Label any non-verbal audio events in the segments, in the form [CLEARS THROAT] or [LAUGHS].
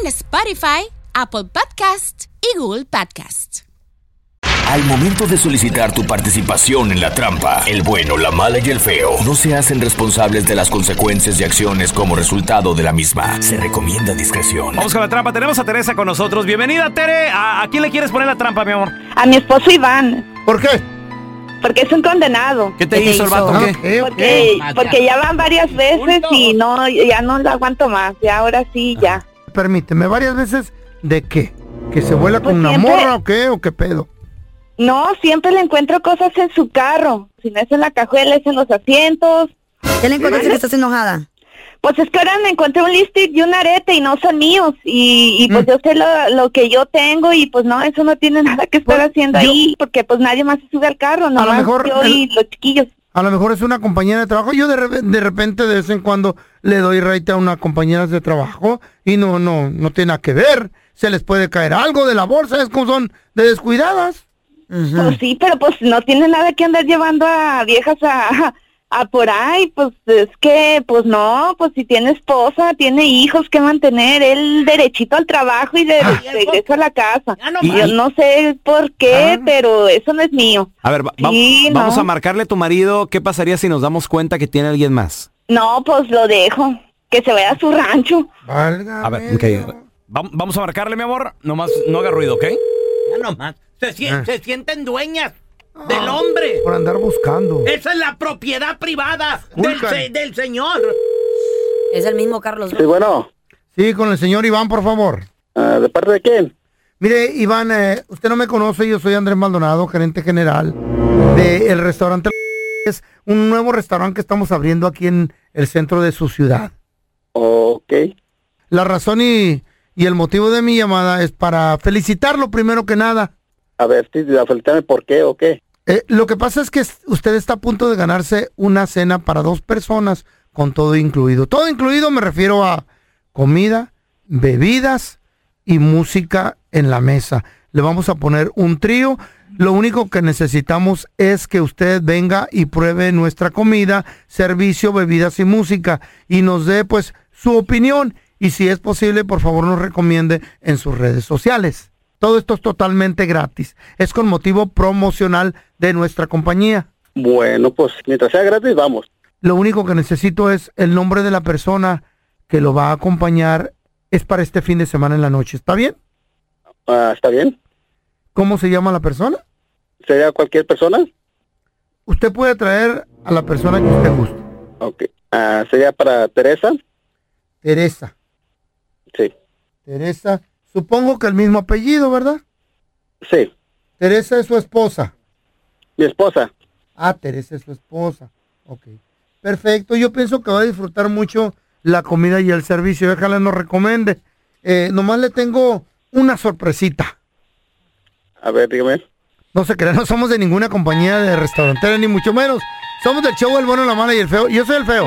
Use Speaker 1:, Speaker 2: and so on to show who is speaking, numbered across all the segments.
Speaker 1: en Spotify, Apple Podcast y Google Podcast.
Speaker 2: Al momento de solicitar tu participación en la trampa, el bueno, la mala y el feo no se hacen responsables de las consecuencias y acciones como resultado de la misma. Se recomienda discreción.
Speaker 3: Vamos con la trampa. Tenemos a Teresa con nosotros. Bienvenida, Tere. ¿A, a quién le quieres poner la trampa, mi amor?
Speaker 4: A mi esposo Iván,
Speaker 5: ¿Por qué?
Speaker 4: porque es un condenado.
Speaker 3: ¿Qué te hizo el vato?
Speaker 5: Ah,
Speaker 3: ¿Qué?
Speaker 5: ok, ok.
Speaker 4: Porque, porque ya van varias veces y no, ya no lo aguanto más. Ya ahora sí, ya.
Speaker 5: Permíteme, varias veces, ¿de qué? ¿Que se vuela
Speaker 4: Pues
Speaker 5: con una
Speaker 4: siempre-
Speaker 5: morra o qué? ¿O qué pedo?
Speaker 4: No, siempre le encuentro cosas en su carro. Si no es en la cajuela, es en los asientos.
Speaker 6: Ya le encontraste que estás enojada.
Speaker 4: Pues es que ahora me encontré un lipstick y un arete y no son míos. Y, y pues
Speaker 5: Mm.
Speaker 4: yo sé lo, lo que yo tengo y pues no, eso no tiene nada que estar
Speaker 5: Pues,
Speaker 4: haciendo
Speaker 5: yo-
Speaker 4: ahí porque pues nadie más se sube al carro, nomás
Speaker 5: mejor
Speaker 4: yo y
Speaker 5: el-
Speaker 4: los chiquillos.
Speaker 5: A lo mejor es una compañera de trabajo. Yo de, re- de repente, de vez en cuando, le doy raite a una compañera de trabajo y no, no, no tiene nada que ver. Se les puede caer algo de la bolsa, es como son de descuidadas.
Speaker 7: Mm.
Speaker 4: Pues sí, pero pues no tiene nada que andar llevando a viejas a, a por ahí, pues es que, pues no, pues si tiene esposa, tiene hijos que mantener, él derechito al trabajo y de
Speaker 7: Ah.
Speaker 4: regreso a la casa. Y yo no sé por qué,
Speaker 7: Ah.
Speaker 4: pero eso no es mío.
Speaker 3: A ver, va- va-
Speaker 4: Sí, no.
Speaker 3: vamos a marcarle a tu marido. ¿Qué pasaría si nos damos cuenta que tiene alguien más?
Speaker 4: No, pues lo dejo, que se vaya a su rancho.
Speaker 5: Valga.
Speaker 3: A ver, ok. Va- Vamos a marcarle, mi amor. Nomás no haga ruido, ¿ok?
Speaker 8: Ya nomás. Se, sien-
Speaker 5: Ah.
Speaker 8: se sienten dueñas del hombre.
Speaker 5: Por andar buscando.
Speaker 8: Esa es la propiedad privada del,
Speaker 5: Vulcan.
Speaker 8: se- del señor.
Speaker 6: Es el mismo Carlos.
Speaker 7: Sí, bueno,
Speaker 5: Sí, con el señor Iván, por favor.
Speaker 7: ah, ¿de parte de quién?
Speaker 5: Mire, Iván, eh, usted no me conoce, yo soy Andrés Maldonado, gerente general del restaurante. Es un nuevo restaurante que estamos abriendo aquí en el centro de su ciudad.
Speaker 7: Ok.
Speaker 5: La razón y, y el motivo de mi llamada es para felicitarlo primero que nada.
Speaker 7: A ver, sí, a felicitarme por qué o qué.
Speaker 5: Eh, lo que pasa es que es- usted está a punto de ganarse una cena para dos personas con todo incluido. Todo incluido me refiero a comida, bebidas y música en la mesa. Le vamos a poner un trío. Lo único que necesitamos es que usted venga y pruebe nuestra comida, servicio, bebidas y música y nos dé pues su opinión y si es posible por favor nos recomiende en sus redes sociales. Todo esto es totalmente gratis. Es con motivo promocional de nuestra compañía.
Speaker 7: Bueno, pues mientras sea gratis, vamos.
Speaker 5: Lo único que necesito es el nombre de la persona que lo va a acompañar. Es para este fin de semana en la noche. ¿Está bien?
Speaker 7: Ah, ¿Está bien?
Speaker 5: ¿Cómo se llama la persona?
Speaker 7: ¿Sería cualquier persona?
Speaker 5: Usted puede traer a la persona que usted guste.
Speaker 7: Ok. Ah, ¿Sería para Teresa?
Speaker 5: Teresa.
Speaker 7: Sí.
Speaker 5: Teresa. Supongo que el mismo apellido, ¿verdad?
Speaker 7: Sí.
Speaker 5: Teresa es su esposa.
Speaker 7: Mi esposa.
Speaker 5: Ah, Teresa es su esposa. Ok. Perfecto. Yo pienso que va a disfrutar mucho la comida y el servicio. Déjala nos recomiende. Eh, nomás le tengo una sorpresita.
Speaker 7: A ver, dígame.
Speaker 5: No se crean, no somos de ninguna compañía de restaurantera, ni mucho menos. Somos del show El Bueno, la Mala y el Feo. Yo soy el Feo.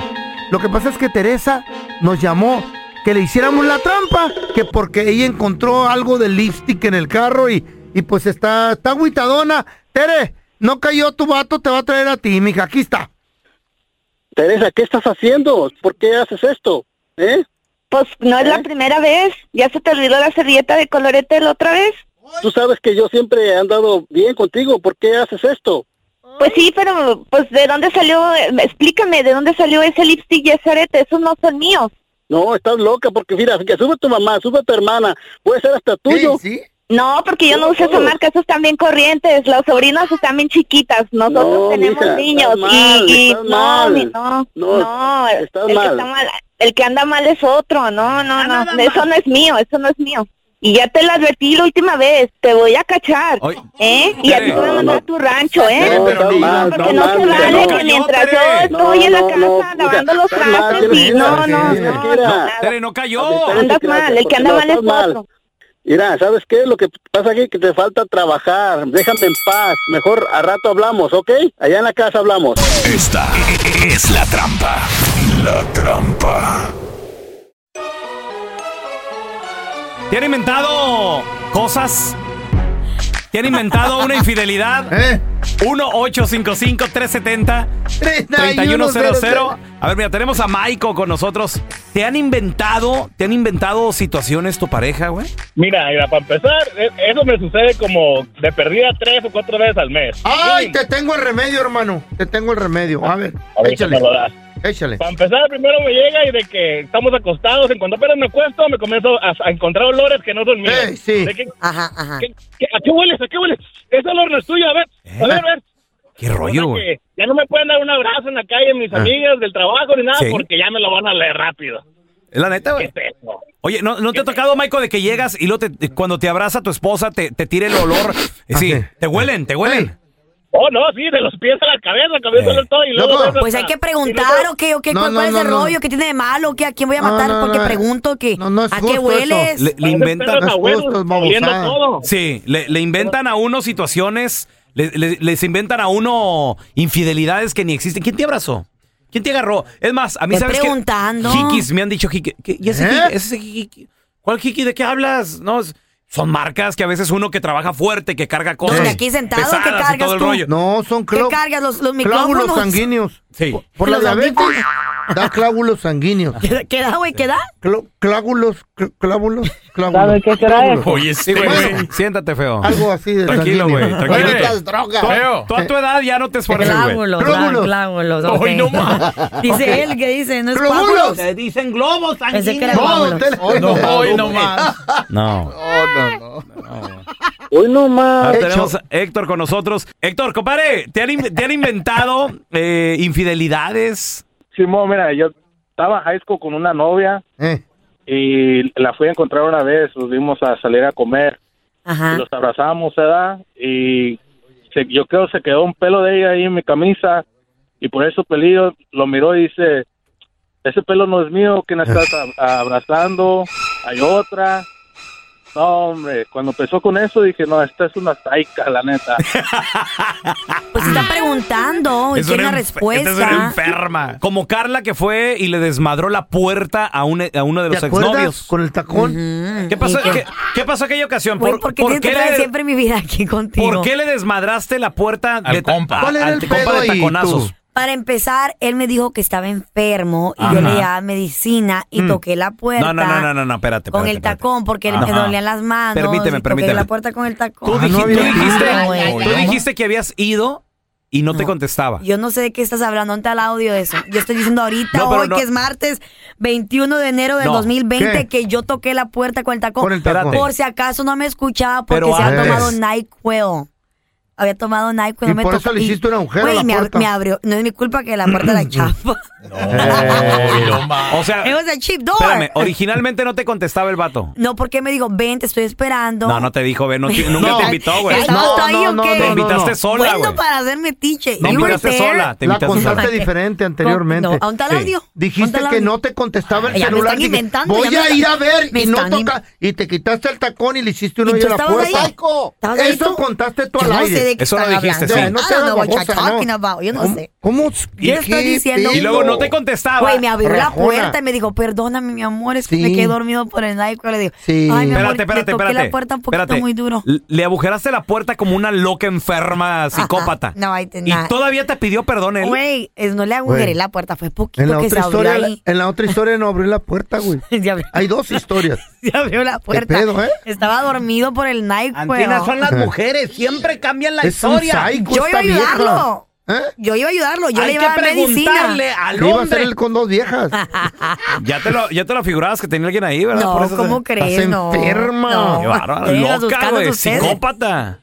Speaker 5: Lo que pasa es que Teresa nos llamó que le hiciéramos la trampa, que porque ella encontró algo de lipstick en el carro y, y pues está, está agüitadona. Tere, no cayó tu vato, te va a traer a ti, mija. Aquí está.
Speaker 7: Teresa, ¿qué estás haciendo? ¿Por qué haces esto? ¿Eh?
Speaker 4: Pues no es la primera vez, ya se te olvidó la servilleta de colorete la otra vez.
Speaker 7: Tú sabes que yo siempre he andado bien contigo. ¿Por qué haces esto?
Speaker 4: Pues sí, pero pues de dónde salió, Eh, explícame, de dónde salió ese lipstick y ese arete, esos no son míos.
Speaker 7: No, estás loca porque mira, que sube tu mamá, sube tu hermana, puede ser hasta tuyo.
Speaker 5: ¿Sí?
Speaker 4: No, porque yo no uso esa marca, esos están bien corrientes, las sobrinas están bien chiquitas, nosotros
Speaker 7: No,
Speaker 4: tenemos
Speaker 7: mija,
Speaker 4: niños
Speaker 7: estás mal,
Speaker 4: y, y
Speaker 7: estás
Speaker 4: no,
Speaker 7: mal.
Speaker 4: ni- no,
Speaker 7: No,
Speaker 4: no, el,
Speaker 7: estás
Speaker 4: el que
Speaker 7: mal.
Speaker 4: está mal, el que anda mal es otro, no, no,
Speaker 8: Ah,
Speaker 4: no,
Speaker 8: nada
Speaker 4: eso
Speaker 8: más.
Speaker 4: no es mío, eso no es mío. Y ya te lo advertí la última vez, te voy a cachar,
Speaker 3: Oye.
Speaker 4: ¿eh? Y a ti te
Speaker 3: Tere.
Speaker 4: voy a mandar a tu rancho, ¿eh?
Speaker 3: Tere,
Speaker 7: No,
Speaker 3: pero
Speaker 7: estás
Speaker 3: ni-
Speaker 7: mal,
Speaker 4: Porque
Speaker 7: estás
Speaker 4: no
Speaker 7: mal,
Speaker 4: se
Speaker 7: mija,
Speaker 4: vale
Speaker 7: no.
Speaker 4: que mientras yo
Speaker 3: Tere.
Speaker 4: estoy en la
Speaker 7: No,
Speaker 4: casa
Speaker 7: no, no,
Speaker 4: lavando los
Speaker 7: estás mal,
Speaker 4: trastes
Speaker 7: tienes
Speaker 4: y
Speaker 7: que
Speaker 4: no,
Speaker 7: irte,
Speaker 4: no,
Speaker 7: tienes
Speaker 4: no,
Speaker 7: que ir a-
Speaker 4: nada.
Speaker 3: Tere, no cayó.
Speaker 7: Ande-
Speaker 4: Oh, andas mal, el que anda
Speaker 7: No,
Speaker 4: mal es
Speaker 7: estás mal.
Speaker 4: otro.
Speaker 7: Mira, ¿sabes qué? Lo que pasa aquí es que te falta trabajar. Déjame en paz. Mejor a rato hablamos, ¿ok? Allá en la casa hablamos.
Speaker 2: Esta es la trampa. La trampa.
Speaker 3: ¿Te han inventado cosas? ¿Te han inventado una infidelidad?
Speaker 4: [LAUGHS]
Speaker 5: ¿Eh?
Speaker 3: 1-855-370-3100.
Speaker 5: 3100.
Speaker 3: A ver, mira, tenemos a Maiko con nosotros. ¿Te han inventado, te han inventado situaciones tu pareja, güey?
Speaker 9: Mira, mira, para empezar, e- eso me sucede como de perdida tres o cuatro veces al mes.
Speaker 5: Ay, te tengo el remedio, hermano. Te tengo el remedio. A ver,
Speaker 9: A ver
Speaker 5: échale.
Speaker 9: si me lo das.
Speaker 5: Échale.
Speaker 9: Para empezar, primero me llega y de que estamos acostados, en cuanto apenas me acuesto, me comienzo a, a encontrar olores que no son míos.
Speaker 5: Ey, sí.
Speaker 9: De que-
Speaker 6: Ajá, ajá.
Speaker 9: que- que- ¿A qué hueles? ¿A qué hueles? Ese olor no es tuyo, a ver, a ver, a ver.
Speaker 3: ¿Qué rollo,
Speaker 9: O
Speaker 3: güey?
Speaker 9: sea que Ya no me pueden dar un abrazo en la calle mis amigas del trabajo ni nada
Speaker 3: Sí.
Speaker 9: porque ya me lo van a leer rápido.
Speaker 3: Es la neta,
Speaker 9: ¿Qué
Speaker 3: güey.
Speaker 9: es eso?
Speaker 3: Oye, ¿no, no te ha tocado, Maiko, de que llegas y luego te- te- cuando te abraza tu esposa te, te tira el olor? Eh, Sí,
Speaker 5: Ajá.
Speaker 3: te huelen, te huelen.
Speaker 9: Oh, no, sí, de los pies a la cabeza, comienza
Speaker 3: Eh.
Speaker 9: a oler todo y luego...
Speaker 5: Loco.
Speaker 9: de eso
Speaker 6: Pues hay
Speaker 9: hasta-
Speaker 6: que
Speaker 9: y luego-
Speaker 6: preguntar, ¿o qué? ¿O qué?
Speaker 5: No,
Speaker 6: ¿Cuál,
Speaker 5: no,
Speaker 6: cuál es el
Speaker 5: no, no.
Speaker 6: rollo? ¿Qué tiene de malo? ¿Qué? ¿A quién voy a
Speaker 5: No,
Speaker 6: matar?
Speaker 5: no,
Speaker 6: porque
Speaker 5: no,
Speaker 6: pregunto que
Speaker 5: no, no es
Speaker 6: ¿a qué
Speaker 5: justo eso.
Speaker 6: hueles?
Speaker 3: Le, le
Speaker 9: Parecen
Speaker 3: inventan,
Speaker 9: perros
Speaker 5: Las
Speaker 9: abuelos,
Speaker 5: cosas babosadas.
Speaker 9: oliendo todo.
Speaker 3: sí, le, le inventan a uno situaciones, le- le- les inventan a uno infidelidades que ni existen. ¿Quién te abrazó? ¿Quién te agarró? Es más, a mí
Speaker 6: Estoy
Speaker 3: sabes
Speaker 6: preguntando.
Speaker 3: que Jikis me han dicho jiki. ¿Qué- ¿Y ese
Speaker 5: ¿Eh?
Speaker 3: jiki? ese jiki- ¿Cuál jiki? ¿De qué hablas? No, es- son marcas que a veces uno que trabaja fuerte, que carga cosas.
Speaker 6: Donde aquí sentado, ¿qué
Speaker 3: pesadas y
Speaker 6: cargas
Speaker 3: todo el
Speaker 6: tú?
Speaker 3: rollo.
Speaker 5: No, son
Speaker 6: ¿Qué
Speaker 5: clau-
Speaker 6: cargas? ¿Los, los
Speaker 5: clávulos
Speaker 6: micrófonos?
Speaker 5: sanguíneos.
Speaker 3: Sí.
Speaker 5: Por, por la
Speaker 6: Los
Speaker 5: diabetes da clávulos sanguíneos.
Speaker 6: ¿Qué qué da, güey? ¿Qué da?
Speaker 5: Clá- clávulos, cl- clávulos, clávulos.
Speaker 4: ¿Sabe qué trae?
Speaker 5: Clávulos.
Speaker 3: Oye, sí, güey.
Speaker 5: Bueno.
Speaker 3: Siéntate, feo.
Speaker 5: Algo así de
Speaker 3: Tranquilo, güey.
Speaker 5: sanguíneo.
Speaker 3: Tranquilo.
Speaker 5: Estas drogas. Eh,
Speaker 3: Tú, tú a tu edad ya no te esfuerces, güey.
Speaker 6: Clávulos,
Speaker 5: Glóbulos.
Speaker 6: ah, clábulos. ok.
Speaker 3: Ay, no más.
Speaker 6: Dice él que dice, no es
Speaker 5: Glóbulos.
Speaker 6: pábulos.
Speaker 8: Te dicen globos
Speaker 6: Pensé que era
Speaker 8: sanguíneos.
Speaker 6: glóbulos.
Speaker 5: te la-
Speaker 3: Ay, no más. No.
Speaker 7: Hoy no
Speaker 3: Ahora
Speaker 9: Ah,
Speaker 7: más.
Speaker 3: tenemos a Héctor con nosotros. Héctor, compadre, ¿te han, in- te han inventado eh, infidelidades?
Speaker 9: Simón, mira, yo estaba en high school con una novia
Speaker 5: Eh,
Speaker 9: y la fui a encontrar una vez, nos vimos a salir a comer,
Speaker 6: Ajá.
Speaker 9: nos abrazamos, ¿verdad? Y se- yo creo se quedó un pelo de ella ahí en mi camisa y por eso pelillo lo miró y dice, ese pelo no es mío, que me estás ab- abrazando? Hay otra. No, hombre, cuando empezó con eso dije, no, esta es una taica, la neta.
Speaker 6: Pues está preguntando y
Speaker 3: Es
Speaker 6: tiene
Speaker 3: una
Speaker 6: una
Speaker 3: enfer-
Speaker 6: respuesta.
Speaker 3: esta es una enferma. Como Carla que fue y le desmadró la puerta a, un- a uno de
Speaker 5: ¿Te
Speaker 3: los
Speaker 5: acuerdas?
Speaker 3: exnovios.
Speaker 5: Con el tacón.
Speaker 6: Ujú.
Speaker 3: ¿Qué pasó,
Speaker 6: Y que-
Speaker 3: qué- qué pasó aquella ocasión?
Speaker 6: Mm, Güey, ¿por qué tienes que traer
Speaker 3: le-
Speaker 6: siempre mi vida aquí contigo?
Speaker 3: por qué le desmadraste la puerta
Speaker 9: Al
Speaker 3: ta-
Speaker 9: compa.
Speaker 3: a-
Speaker 5: ¿Cuál era
Speaker 3: al
Speaker 5: el
Speaker 3: compa de
Speaker 5: pedo ahí,
Speaker 3: taconazos?
Speaker 5: tú?
Speaker 6: Para empezar, él me dijo que estaba enfermo y yo
Speaker 3: Ajá. Mm.
Speaker 6: le daba medicina y toqué la puerta.
Speaker 3: No, no, no, no, no, no, espérate.
Speaker 6: Con
Speaker 3: espérate,
Speaker 6: el
Speaker 3: espérate.
Speaker 6: tacón, porque
Speaker 3: Ajá.
Speaker 6: me dolían las manos.
Speaker 3: Permíteme,
Speaker 6: y toqué
Speaker 3: permíteme.
Speaker 6: la puerta con el tacón.
Speaker 3: Tú,
Speaker 5: Ah, no
Speaker 3: dijiste- tú
Speaker 5: había
Speaker 3: dijiste,
Speaker 6: nada, güey.
Speaker 3: tú dijiste que habías ido y no, te
Speaker 6: No.
Speaker 3: contestaba.
Speaker 6: Yo no sé de qué estás hablando, ¿dónde está el audio de eso? Yo estoy diciendo ahorita,
Speaker 3: No, pero
Speaker 6: hoy,
Speaker 3: no-
Speaker 6: que es martes 21 de enero del
Speaker 3: No.
Speaker 6: 2020,
Speaker 5: ¿Qué?
Speaker 6: que yo toqué la puerta con el tacón.
Speaker 5: Con el tacón.
Speaker 3: Espérate.
Speaker 6: Por si acaso no me escuchaba porque
Speaker 3: Pero
Speaker 6: se había
Speaker 5: antes.
Speaker 6: tomado NyQuil. E Había tomado NyQuil.
Speaker 5: Y
Speaker 6: no me
Speaker 5: por eso
Speaker 6: toca-
Speaker 5: le
Speaker 6: y-
Speaker 5: hiciste un agujero a
Speaker 6: Güey,
Speaker 5: la
Speaker 6: me, ab-
Speaker 5: puerta.
Speaker 6: me abrió. No es mi culpa que la
Speaker 5: [CLEARS THROAT]
Speaker 6: puerta la chapa.
Speaker 3: O sea,
Speaker 6: It was a cheap door.
Speaker 3: espérame, originalmente no te contestaba el vato.
Speaker 6: No, porque me dijo, ven, te estoy esperando.
Speaker 3: No, no te dijo, ve, no
Speaker 6: [LAUGHS]
Speaker 3: ti- nunca
Speaker 5: No.
Speaker 3: te invitó, güey.
Speaker 6: Ay, no, ahí, ¿o qué?
Speaker 3: te
Speaker 6: no, no,
Speaker 3: invitaste sola,
Speaker 6: Bueno,
Speaker 3: güey.
Speaker 6: para hacerme tiche.
Speaker 3: Te
Speaker 6: You were
Speaker 3: invitaste
Speaker 6: there.
Speaker 3: sola, te
Speaker 5: La
Speaker 3: invitaste sola.
Speaker 5: contaste diferente anteriormente.
Speaker 6: No, ¿a dónde está el
Speaker 3: Sí.
Speaker 6: audio? ¿Dónde
Speaker 5: Dijiste
Speaker 6: está el
Speaker 5: que
Speaker 6: audio?
Speaker 5: no te contestaba el
Speaker 6: Ya me
Speaker 5: celular.
Speaker 6: están
Speaker 5: dije,
Speaker 6: inventando, ya
Speaker 5: Voy
Speaker 6: me
Speaker 5: a
Speaker 6: están-
Speaker 5: ir a ver
Speaker 6: me
Speaker 5: y no
Speaker 6: están
Speaker 5: toca. Y te quitaste el tacón y le hiciste
Speaker 6: ¿Y
Speaker 5: uno
Speaker 6: tú
Speaker 5: ahí a la
Speaker 6: estabas
Speaker 5: puerta.
Speaker 6: ahí? ¿Estabas ahí
Speaker 5: Eso
Speaker 6: tú?
Speaker 5: contaste tú
Speaker 6: Yo
Speaker 5: al
Speaker 6: no sé
Speaker 5: aire.
Speaker 6: de qué Ah,
Speaker 3: Eso lo
Speaker 6: están hablando.
Speaker 3: dijiste, Este sí.
Speaker 5: Ya, no
Speaker 6: I
Speaker 5: seas
Speaker 6: don't know what you're
Speaker 5: babosa,
Speaker 6: talking about. Yo no
Speaker 5: ¿Cómo-
Speaker 6: sé.
Speaker 5: ¿Cómo?
Speaker 6: Yo estoy
Speaker 5: ¿Qué
Speaker 6: diciendo-
Speaker 5: pedo?
Speaker 3: Y luego no te contestaba.
Speaker 6: Güey, me abrió la
Speaker 5: Rajona.
Speaker 6: puerta y me dijo, perdóname, mi amor, es que
Speaker 5: Sí.
Speaker 6: me quedé dormido por el NyQuil. Le digo,
Speaker 5: Sí.
Speaker 6: ay, mi amor,
Speaker 3: Espérate, espérate,
Speaker 6: le toqué
Speaker 3: espérate.
Speaker 6: la puerta un poquito
Speaker 3: espérate.
Speaker 6: muy duro.
Speaker 3: L- Le agujeraste la puerta como una loca enferma psicópata.
Speaker 6: No, I did
Speaker 3: y
Speaker 6: not.
Speaker 3: todavía te pidió perdón él.
Speaker 6: Güey, es- no le
Speaker 5: Güey.
Speaker 6: agujeré la puerta, [LAUGHS] fue
Speaker 5: En la
Speaker 6: poquito que se
Speaker 5: otra
Speaker 6: abrió
Speaker 5: historia,
Speaker 6: ahí.
Speaker 5: en la otra historia no abrió la puerta, güey.
Speaker 6: Se abrió- [LAUGHS]
Speaker 5: Hay dos historias.
Speaker 6: se abrió la puerta.
Speaker 5: pedo, eh?
Speaker 6: Estaba dormido por el Nike,
Speaker 8: Antinas son las mujeres, siempre cambian la
Speaker 5: es un
Speaker 8: historia.
Speaker 5: psycho
Speaker 6: Yo iba
Speaker 5: esta
Speaker 6: a
Speaker 5: vieja.
Speaker 6: ayudarlo.
Speaker 9: Yo iba a ayudarlo, yo
Speaker 3: Hay
Speaker 9: le iba a
Speaker 3: que
Speaker 9: dar medicina.
Speaker 3: preguntarle al
Speaker 5: ¿Eh? Que iba a ser
Speaker 3: hombre.
Speaker 5: él con
Speaker 6: [LAUGHS]
Speaker 5: dos viejas.
Speaker 3: Ya te lo, ya te lo figurabas que tenía alguien ahí, ¿verdad?
Speaker 9: No,
Speaker 3: Por eso se-
Speaker 9: ¿cómo crees?
Speaker 5: Estás
Speaker 9: No,
Speaker 5: enferma.
Speaker 9: no.
Speaker 3: Qué bárbara,
Speaker 9: Venga,
Speaker 3: loca,
Speaker 9: buscando
Speaker 3: güey,
Speaker 9: tus sedes.
Speaker 3: psicópata.